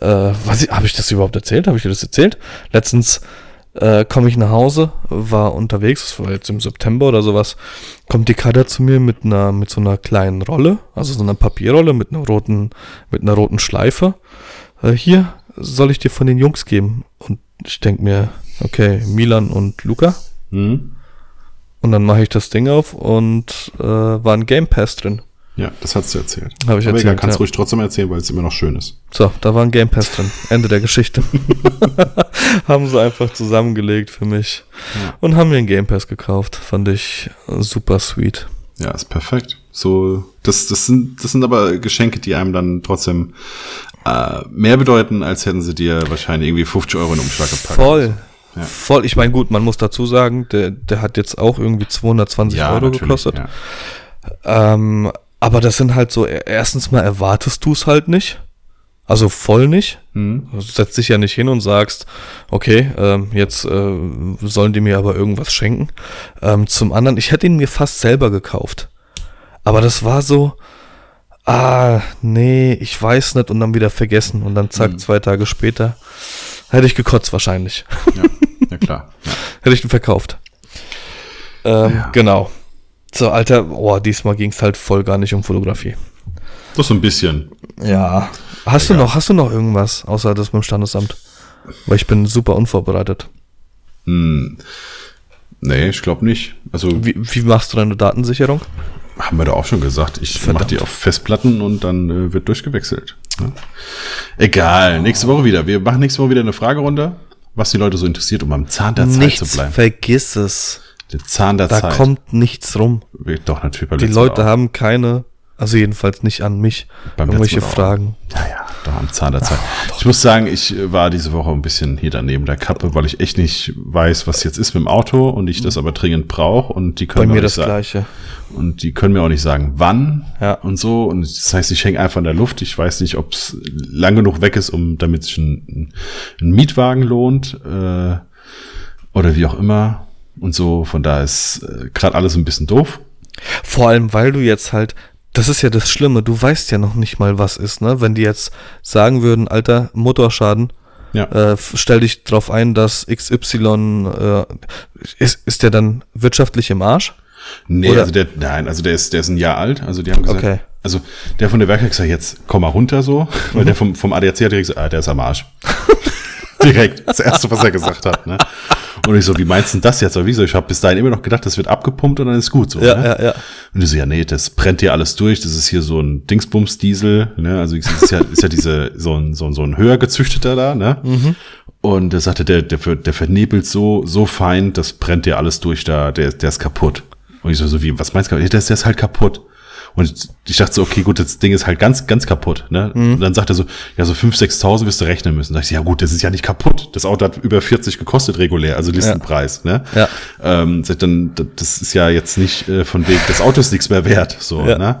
Speaker 2: äh, was habe ich das überhaupt erzählt? Habe ich dir das erzählt? Letztens äh, komme ich nach Hause, war unterwegs, das war jetzt im September oder sowas, kommt die Kader zu mir mit einer, mit so einer kleinen Rolle, also so einer Papierrolle mit einer roten, mit einer roten Schleife. Äh, hier soll ich dir von den Jungs geben. Und ich denke mir, okay, Milan und Luca.
Speaker 1: Hm?
Speaker 2: Und dann mache ich das Ding auf und äh, war ein Game Pass drin.
Speaker 1: Ja, das hast du erzählt.
Speaker 2: Hab ich
Speaker 1: aber egal,
Speaker 2: erzählt,
Speaker 1: kannst
Speaker 2: ja.
Speaker 1: ruhig trotzdem erzählen, weil es immer noch schön ist.
Speaker 2: So, da war ein Game Pass drin. Ende der Geschichte. haben sie einfach zusammengelegt für mich und haben mir einen Game Pass gekauft. Fand ich äh, super sweet.
Speaker 1: Ja, ist perfekt. So, das, das sind, das sind aber Geschenke, die einem dann trotzdem äh, mehr bedeuten, als hätten sie dir wahrscheinlich irgendwie 50 Euro in den Umschlag gepackt.
Speaker 2: Voll.
Speaker 1: Ja.
Speaker 2: Voll. Ich meine, gut, man muss dazu sagen, der, der hat jetzt auch irgendwie 220
Speaker 1: Ja,
Speaker 2: Euro
Speaker 1: natürlich.
Speaker 2: gekostet.
Speaker 1: Ja.
Speaker 2: Ähm, aber das sind halt so, e- erstens mal erwartest du es halt nicht. Also voll nicht.
Speaker 1: Mhm.
Speaker 2: Du setzt dich ja nicht hin und sagst, okay, ähm, jetzt äh, sollen die mir aber irgendwas schenken. Ähm, zum anderen, ich hätte ihn mir fast selber gekauft. Aber das war so, ah, nee, ich weiß nicht und dann wieder vergessen und dann zack, zwei Tage später. Hätte ich gekotzt wahrscheinlich.
Speaker 1: Ja, ja klar. Ja.
Speaker 2: Hätte ich ihn verkauft. Ähm, Genau. So, Alter, boah, diesmal ging es halt voll gar nicht um Fotografie.
Speaker 1: Das so ein bisschen.
Speaker 2: Ja. Hast du noch, hast du noch irgendwas, außer das mit dem Standesamt? Weil ich bin super unvorbereitet.
Speaker 1: Hm. Nee, ich glaube nicht. Also
Speaker 2: Wie, wie machst du deine Datensicherung?
Speaker 1: haben wir da auch schon gesagt, ich mache
Speaker 2: Verdammt.
Speaker 1: die auf Festplatten und dann äh, wird durchgewechselt. Ja. Egal, nächste Woche wieder. Wir machen nächste Woche wieder eine Fragerunde, was die Leute so interessiert, um am Zahn der Zeit zu bleiben.
Speaker 2: vergiss es.
Speaker 1: Der Zahn der
Speaker 2: Da
Speaker 1: Zeit.
Speaker 2: kommt nichts rum.
Speaker 1: Wir- Doch, natürlich beim
Speaker 2: Die
Speaker 1: letzten Mal
Speaker 2: Leute
Speaker 1: auch.
Speaker 2: haben keine, also jedenfalls nicht an mich,
Speaker 1: Beim
Speaker 2: irgendwelche
Speaker 1: letzten Mal auch.
Speaker 2: Fragen.
Speaker 1: Naja, doch am Zahn
Speaker 2: Ah,
Speaker 1: der Zeit. Ich muss sagen, ich äh, war diese Woche ein bisschen hier daneben der Kappe, weil ich echt nicht weiß, was jetzt ist mit dem Auto und ich das aber dringend brauche und die
Speaker 2: Mhm. Bei
Speaker 1: können
Speaker 2: mir
Speaker 1: auch nicht
Speaker 2: das
Speaker 1: sagen-
Speaker 2: Gleiche.
Speaker 1: und die können mir auch nicht sagen, wann
Speaker 2: Ja.
Speaker 1: und so. Und das heißt, ich hänge einfach in der Luft. Ich weiß nicht, ob es lang genug weg ist, um damit sich ein, ein Mietwagen lohnt. Äh, oder wie auch immer. Und so, von da ist äh, gerade alles ein bisschen doof.
Speaker 2: Vor allem, weil du jetzt halt, das ist ja das Schlimme, du weißt ja noch nicht mal, was ist, ne? Wenn die jetzt sagen würden, Alter, Motorschaden,
Speaker 1: Ja.
Speaker 2: äh, f- stell dich drauf ein, dass XY, äh, ist, ist der dann wirtschaftlich im Arsch?
Speaker 1: Nee,
Speaker 2: Oder-
Speaker 1: also der, nein, also der ist, der ist ein Jahr alt. Also die haben gesagt,
Speaker 2: Okay.
Speaker 1: also der von der Werkstatt hat gesagt, jetzt komm mal runter so, weil der vom, vom ADAC hat direkt gesagt, ah, der ist am Arsch. direkt, das erste, was er gesagt hat. Ne? Und ich so, wie meinst du denn das jetzt? Aber wieso? Ich habe bis dahin immer noch gedacht, das wird abgepumpt und dann ist gut so.
Speaker 2: Ja,
Speaker 1: ne?
Speaker 2: ja, ja.
Speaker 1: Und ich so, ja, nee, das brennt hier alles durch. Das ist hier so ein Dingsbums-Diesel. Ne? Also es ist ja, ist ja diese, so ein, so ein, so ein höher gezüchteter da, ne? Und da sagte der, der, ver- der vernebelt so, so fein, das brennt dir alles durch da, der, der ist kaputt. Und ich so, so wie, was meinst du? Ja, Der ist, der ist halt kaputt. Und ich dachte so, okay, gut, das Ding ist halt ganz, ganz kaputt, ne? Und dann sagt er so, ja, so 5.000, 6.000 wirst du rechnen müssen. Da dachte ich, ja gut, das ist ja nicht kaputt. Das Auto hat über 40 gekostet regulär, also Listenpreis, ne?
Speaker 2: Ja.
Speaker 1: Ähm, sagt dann, d- das ist ja jetzt nicht äh, von wegen, das Auto ist nichts mehr wert, so,
Speaker 2: Ja.
Speaker 1: ne?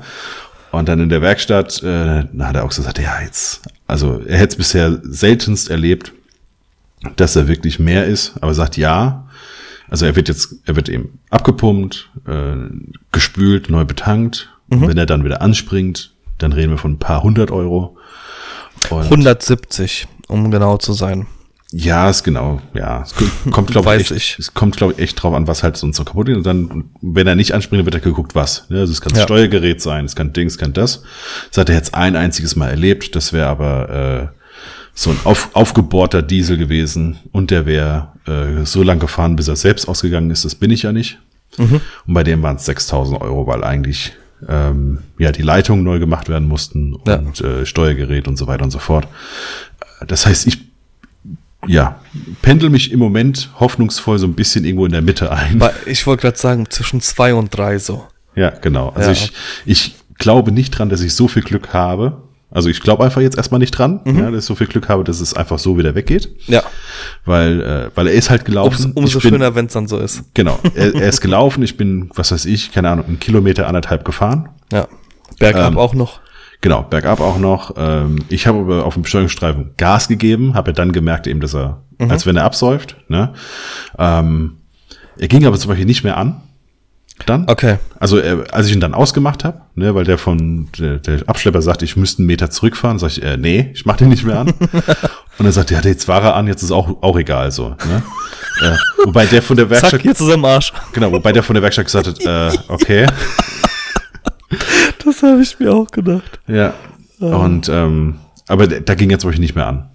Speaker 1: Und dann in der Werkstatt, äh, da hat er auch gesagt, ja, jetzt, also er hätte es bisher seltenst erlebt, dass er wirklich mehr ist, aber sagt ja. Also er wird jetzt, er wird eben abgepumpt, äh, gespült, neu betankt.
Speaker 2: Mhm.
Speaker 1: Und wenn er dann wieder anspringt, dann reden wir von ein paar hundert Euro. Und
Speaker 2: 170, um genau zu sein.
Speaker 1: ja, ist genau, ja. Es k- kommt, glaube
Speaker 2: Weiß
Speaker 1: ich, echt,
Speaker 2: ich.
Speaker 1: es kommt, glaube ich, echt drauf an, was halt sonst so kaputt ist. Und dann, wenn er nicht anspringt, wird er geguckt, was. Ne? Also es kann das
Speaker 2: Ja.
Speaker 1: Steuergerät sein, es kann Dings, kann das. Das hat er jetzt ein einziges Mal erlebt. Das wäre aber äh, so ein auf, aufgebohrter Diesel gewesen. Und der wäre äh, so lang gefahren, bis er selbst ausgegangen ist. Das bin ich ja nicht.
Speaker 2: Mhm.
Speaker 1: Und bei dem waren es 6.000 Euro, weil eigentlich ähm, ja die Leitungen neu gemacht werden mussten
Speaker 2: Ja.
Speaker 1: und äh, Steuergerät und so weiter und so fort. Das heißt, ich ja, pendel mich im Moment hoffnungsvoll so ein bisschen irgendwo in der Mitte ein.
Speaker 2: Weil Ich wollte gerade sagen, zwischen zwei und drei so.
Speaker 1: ja, genau. Also
Speaker 2: Ja.
Speaker 1: ich, ich glaube nicht dran, dass ich so viel Glück habe. Also ich glaube einfach jetzt erstmal nicht dran,
Speaker 2: Mhm.
Speaker 1: ja, dass ich so viel Glück habe, dass es einfach so wieder weggeht.
Speaker 2: Ja.
Speaker 1: Weil, äh, weil er ist halt
Speaker 2: Umso,
Speaker 1: gelaufen.
Speaker 2: umso
Speaker 1: ich bin,
Speaker 2: schöner, wenn es dann so ist.
Speaker 1: Genau. Er, er ist gelaufen. Ich bin, was weiß ich, keine Ahnung, einen Kilometer anderthalb gefahren.
Speaker 2: Ja. Bergab
Speaker 1: Ähm,
Speaker 2: auch noch.
Speaker 1: Genau, bergab auch noch. Ähm, ich habe aber auf dem Beschleunigungsstreifen Gas gegeben, habe ja dann gemerkt eben, dass er,
Speaker 2: Mhm.
Speaker 1: als wenn er absäuft. Ne? Ähm, er ging aber zum Beispiel nicht mehr an. Dann.
Speaker 2: Okay.
Speaker 1: Also äh, als ich ihn dann ausgemacht habe, ne, weil der von der, der Abschlepper sagt, ich müsste einen Meter zurückfahren, sage ich, äh, nee, ich mache den nicht mehr an. Und er sagt, ja, jetzt war er an, jetzt ist auch auch egal so. Ne? äh, wobei der von der Werkstatt,
Speaker 2: Zack, jetzt ist er im Arsch.
Speaker 1: genau, wobei der von der Werkstatt gesagt hat, äh, okay.
Speaker 2: Das habe ich mir auch gedacht.
Speaker 1: Ja. Und ähm, aber d- da ging er zum Beispiel nicht mehr an.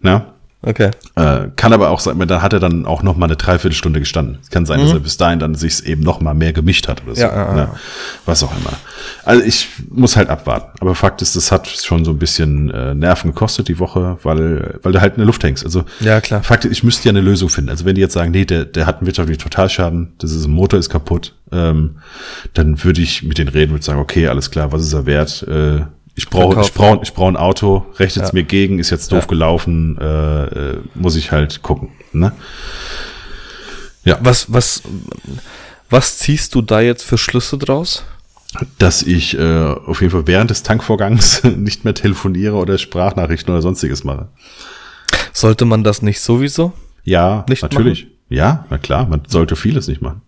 Speaker 1: Ne?
Speaker 2: Okay.
Speaker 1: Äh, kann aber auch sein, da hat er dann auch noch mal eine Dreiviertelstunde gestanden. Es kann sein, dass er bis dahin dann sich eben noch mal mehr gemischt hat oder so.
Speaker 2: Mhm. Ja, ja, ja.
Speaker 1: ne? Was auch immer. Also ich muss halt abwarten. Aber Fakt ist, das hat schon so ein bisschen äh, Nerven gekostet die Woche, weil, weil du halt in der Luft hängst. Also
Speaker 2: Ja, klar.
Speaker 1: Fakt ist, ich müsste ja eine Lösung finden. Also wenn die jetzt sagen, nee, der, der hat einen wirtschaftlichen Totalschaden, das ist, ein Motor ist kaputt, ähm, dann würde ich mit denen reden und sagen, okay, alles klar, was ist er wert? Äh, ich brauche
Speaker 2: Verkauf.
Speaker 1: ich brauche ich brauche ein Auto, rechnet es
Speaker 2: Ja.
Speaker 1: mir gegen, ist jetzt doof
Speaker 2: Ja.
Speaker 1: gelaufen, äh, äh, muss ich halt gucken. Ne?
Speaker 2: Was, was, was ziehst du da jetzt für Schlüsse draus?
Speaker 1: Dass ich äh, auf jeden Fall während des Tankvorgangs nicht mehr telefoniere oder Sprachnachrichten oder sonstiges mache.
Speaker 2: Sollte man das nicht sowieso?
Speaker 1: Ja,
Speaker 2: Nicht
Speaker 1: natürlich. Ja, na klar, man sollte vieles nicht machen.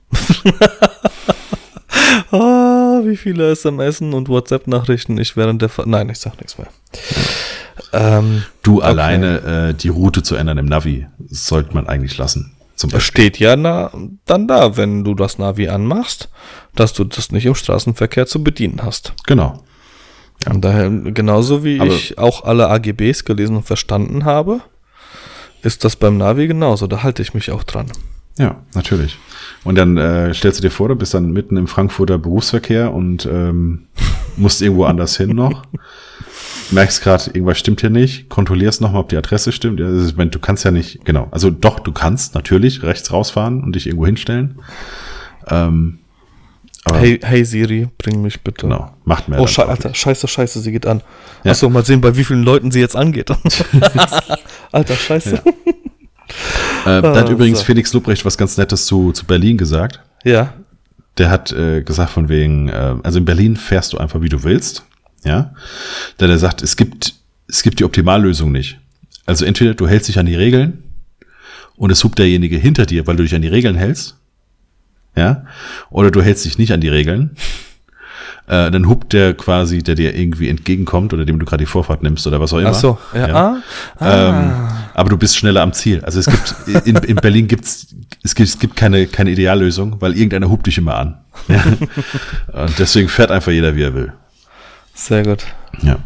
Speaker 2: Ah, wie viele SMS und WhatsApp-Nachrichten ich während der Fahrt. Nein, ich sag nichts mehr. Ähm,
Speaker 1: Du alleine äh, die Route zu ändern im Navi sollte man eigentlich lassen. Zum
Speaker 2: es
Speaker 1: Beispiel.
Speaker 2: steht ja na, dann da, wenn du das Navi anmachst, dass du das nicht im Straßenverkehr zu bedienen hast.
Speaker 1: Genau.
Speaker 2: Und daher, genauso wie
Speaker 1: Aber-
Speaker 2: ich auch alle AGBs gelesen und verstanden habe, ist das beim Navi genauso. Da halte ich mich auch dran.
Speaker 1: Ja, natürlich. Und dann äh, stellst du dir vor, du bist dann mitten im Frankfurter Berufsverkehr und ähm, musst irgendwo anders hin noch. Merkst gerade, irgendwas stimmt hier nicht. Kontrollierst nochmal, ob die Adresse stimmt. Ja, das ist, wenn, du kannst ja nicht, genau. Also doch, du kannst natürlich rechts rausfahren und dich irgendwo hinstellen. Ähm, aber
Speaker 2: Hey, hey Siri, bring mich bitte.
Speaker 1: genau, macht mehr.
Speaker 2: Oh,
Speaker 1: dann
Speaker 2: schei
Speaker 1: auch
Speaker 2: Alter,
Speaker 1: nicht.
Speaker 2: scheiße, scheiße, sie geht an.
Speaker 1: Ja.
Speaker 2: Achso, mal sehen, bei wie vielen Leuten sie jetzt angeht. Alter, scheiße.
Speaker 1: Äh, da hat
Speaker 2: Ah,
Speaker 1: übrigens
Speaker 2: so.
Speaker 1: Felix Lubrecht was ganz Nettes zu, zu Berlin gesagt.
Speaker 2: Ja.
Speaker 1: der hat äh, gesagt von wegen, äh, also in Berlin fährst du einfach, wie du willst. Ja. Da der sagt, es gibt, es gibt die Optimallösung nicht. Also entweder du hältst dich an die Regeln und es hupt derjenige hinter dir, weil du dich an die Regeln hältst, ja, oder du hältst dich nicht an die Regeln, äh, dann hupt der quasi, der dir irgendwie entgegenkommt oder dem du gerade die Vorfahrt nimmst oder was auch immer.
Speaker 2: Ach so, ja. Ah,
Speaker 1: Ähm, aber du bist schneller am Ziel. Also es gibt, in, in Berlin gibt's, es gibt es gibt keine, keine Ideallösung, weil irgendeiner hupt dich immer an. Ja. Und deswegen fährt einfach jeder, wie er will.
Speaker 2: sehr gut.
Speaker 1: Ja.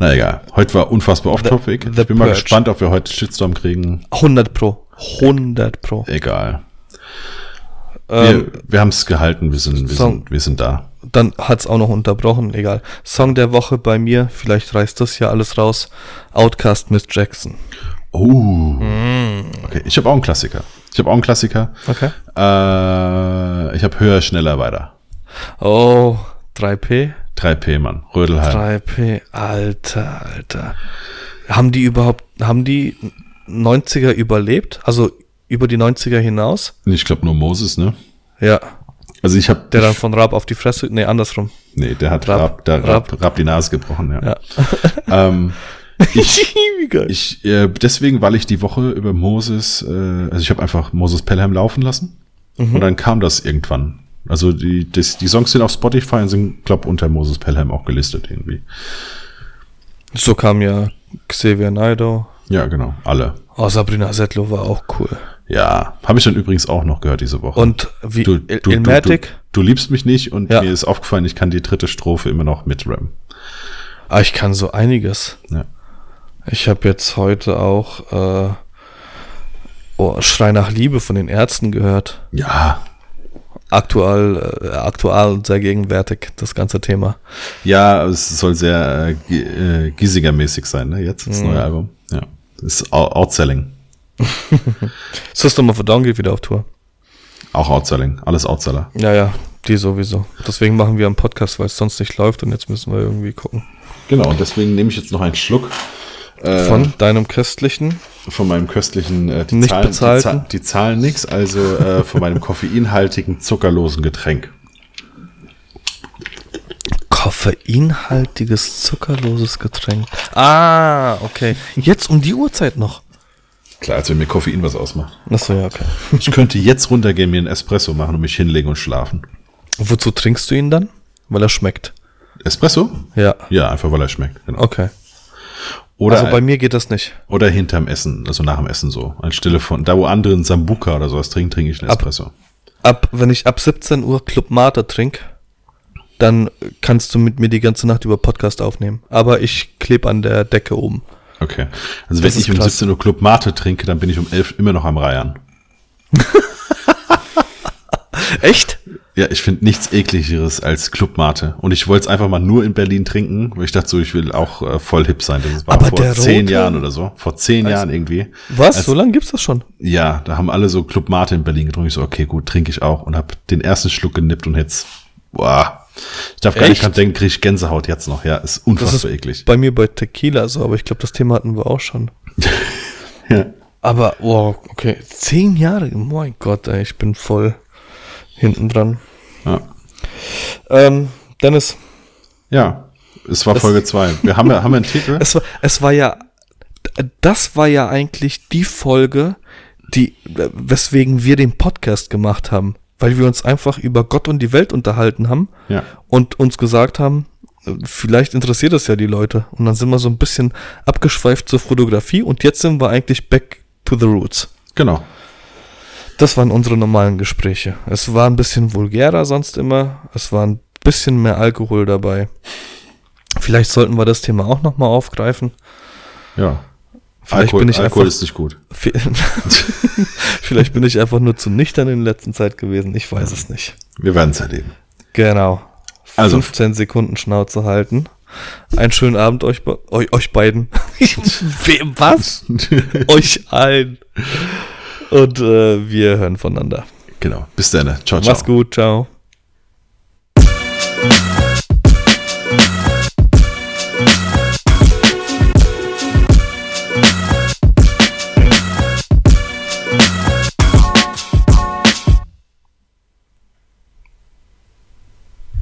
Speaker 1: Na egal. Heute war unfassbar
Speaker 2: The-
Speaker 1: off-topic.
Speaker 2: The
Speaker 1: Ich bin mal
Speaker 2: Purge.
Speaker 1: gespannt, ob wir heute Shitstorm kriegen.
Speaker 2: 100 pro. 100 pro.
Speaker 1: Egal. Wir,
Speaker 2: Ähm,
Speaker 1: wir haben es gehalten. Wir sind, wir,
Speaker 2: Song.
Speaker 1: sind, wir sind da.
Speaker 2: dann hat's auch noch unterbrochen, egal. Song der Woche bei mir, vielleicht reißt das ja alles raus. Outcast Miss Jackson.
Speaker 1: Oh.
Speaker 2: Mm.
Speaker 1: Okay. Ich habe auch einen Klassiker. Ich habe auch einen Klassiker.
Speaker 2: Okay.
Speaker 1: Äh, ich habe höher, schneller, weiter.
Speaker 2: Oh, 3P?
Speaker 1: 3P, Mann. Rödelheim.
Speaker 2: 3P, alter, alter. Haben die überhaupt, haben die 90er überlebt? Also über die 90er hinaus?
Speaker 1: Ich glaube nur Moses, ne?
Speaker 2: Ja.
Speaker 1: Also ich habe
Speaker 2: Der dann von Raab auf die Fresse, nee, andersrum.
Speaker 1: Nee, der hat
Speaker 2: Rapp.
Speaker 1: Rapp, der Rapp, Rapp die Nase gebrochen, ja. Ähm, ich,
Speaker 2: Wie geil.
Speaker 1: ich, äh, deswegen, weil ich die Woche über Moses, äh, also ich habe einfach Moses Pelham laufen lassen
Speaker 2: Mhm.
Speaker 1: und dann kam das irgendwann. Also die, das, die Songs sind auf Spotify und sind, glaub, unter Moses Pelham auch gelistet irgendwie.
Speaker 2: So kam ja Xavier Naidoo.
Speaker 1: Ja, genau, alle.
Speaker 2: Oh, Sabrina Settlow war auch cool.
Speaker 1: Ja, habe ich dann übrigens auch noch gehört diese Woche.
Speaker 2: Und wie
Speaker 1: du,
Speaker 2: Il-
Speaker 1: du, du, du,
Speaker 2: Ilmatic?
Speaker 1: du liebst mich nicht und
Speaker 2: Ja.
Speaker 1: mir ist aufgefallen, ich kann die dritte Strophe immer noch mitrappen.
Speaker 2: Ah, ich kann so einiges.
Speaker 1: Ja.
Speaker 2: Ich habe jetzt heute auch äh, oh, Schrei nach Liebe von den Ärzten gehört.
Speaker 1: ja,
Speaker 2: Aktuell, äh, aktuell und sehr gegenwärtig, das ganze Thema.
Speaker 1: Ja, es soll sehr äh, Gi- äh, Giesinger-mäßig sein, ne? Jetzt das neue Album. Ja. Ist Out- Outselling.
Speaker 2: System of a Down geht wieder auf Tour.
Speaker 1: Auch Outselling. Alles Outseller.
Speaker 2: Ja, ja, die sowieso. Deswegen machen wir einen Podcast, weil es sonst nicht läuft und jetzt müssen wir irgendwie gucken.
Speaker 1: Genau, und deswegen nehme ich jetzt noch einen Schluck äh,
Speaker 2: Von
Speaker 1: von,
Speaker 2: deinem köstlichen.
Speaker 1: von meinem köstlichen, äh, die,
Speaker 2: Nicht
Speaker 1: Zahlen, die,
Speaker 2: bezahlten.
Speaker 1: Zahlen, die Zahlen nix, also äh, von meinem koffeinhaltigen, zuckerlosen Getränk.
Speaker 2: Koffeinhaltiges, zuckerloses Getränk. Ah, okay. Jetzt um die Uhrzeit noch.
Speaker 1: Klar, als wenn mir Koffein was ausmacht.
Speaker 2: Achso, ja, okay.
Speaker 1: Ich könnte jetzt runtergehen, mir einen Espresso machen und mich hinlegen und schlafen.
Speaker 2: Wozu trinkst du ihn dann? Weil er schmeckt.
Speaker 1: Espresso?
Speaker 2: Ja.
Speaker 1: Ja, einfach weil er schmeckt. Genau.
Speaker 2: Okay.
Speaker 1: Oder
Speaker 2: also bei mir geht das nicht.
Speaker 1: Oder hinterm Essen, also nach dem Essen so. Anstelle von, da wo andere einen Sambuka oder sowas trinken, trinke ich einen
Speaker 2: Ab-
Speaker 1: Espresso.
Speaker 2: Ab, wenn ich ab 17 Uhr Club Mate trinke, dann kannst du mit mir die ganze Nacht über Podcast aufnehmen. Aber ich klebe an der Decke oben.
Speaker 1: Okay. Also
Speaker 2: Das
Speaker 1: wenn
Speaker 2: ist
Speaker 1: ich um
Speaker 2: krass.
Speaker 1: 17 Uhr Club Mate trinke, dann bin ich um 11 immer noch am Reiern.
Speaker 2: Echt?
Speaker 1: Ja, ich finde nichts ekligeres als Club Mate. Und ich wollte es einfach mal nur in Berlin trinken, weil ich dachte so, ich will auch äh, voll hip sein. Das war
Speaker 2: Aber
Speaker 1: vor
Speaker 2: der
Speaker 1: zehn
Speaker 2: rote-
Speaker 1: Jahren oder so. Vor zehn Jahren irgendwie.
Speaker 2: Was?
Speaker 1: Als-
Speaker 2: so lange gibt's das schon?
Speaker 1: Ja, da haben alle so Club Mate in Berlin getrunken. Ich so, okay, gut, trinke ich auch. Und habe den ersten Schluck genippt und jetzt, boah. Ich darf gar nicht
Speaker 2: Echt?
Speaker 1: dran denken, kriege ich Gänsehaut jetzt noch. Ja, ist unfassbar
Speaker 2: ist
Speaker 1: eklig.
Speaker 2: Bei mir bei Tequila so, aber ich glaube, das Thema hatten wir auch schon.
Speaker 1: Ja.
Speaker 2: Aber, wow, okay. Zehn Jahre, mein Gott, ey, ich bin voll hinten dran.
Speaker 1: ja.
Speaker 2: Ähm, Dennis,
Speaker 1: Ja, es war Folge 2. Wir haben ja, haben ja einen Titel.
Speaker 2: Es war, es war ja, das war ja eigentlich die Folge, die, weswegen wir den Podcast gemacht haben, weil wir uns einfach über Gott und die Welt unterhalten haben
Speaker 1: Ja.
Speaker 2: und uns gesagt haben, vielleicht interessiert das ja die Leute. Und dann sind wir so ein bisschen abgeschweift zur Fotografie und jetzt sind wir eigentlich back to the roots.
Speaker 1: Genau.
Speaker 2: Das waren unsere normalen Gespräche. Es war ein bisschen vulgärer sonst immer. Es war ein bisschen mehr Alkohol dabei. Vielleicht sollten wir das Thema auch nochmal aufgreifen.
Speaker 1: Ja.
Speaker 2: Vielleicht
Speaker 1: Alkohol,
Speaker 2: bin ich
Speaker 1: Alkohol
Speaker 2: einfach-
Speaker 1: ist nicht gut.
Speaker 2: Vi- Vielleicht bin ich einfach nur zu nüchtern in letzter Zeit gewesen. Ich weiß es nicht.
Speaker 1: Wir werden es erleben.
Speaker 2: Genau.
Speaker 1: Also.
Speaker 2: 15 Sekunden Schnauze halten. Einen schönen Abend euch, be- euch, euch beiden. Wem was? euch allen. Und äh, wir hören voneinander.
Speaker 1: Genau. Bis dann. Ciao, ciao.
Speaker 2: Mach's gut. Ciao.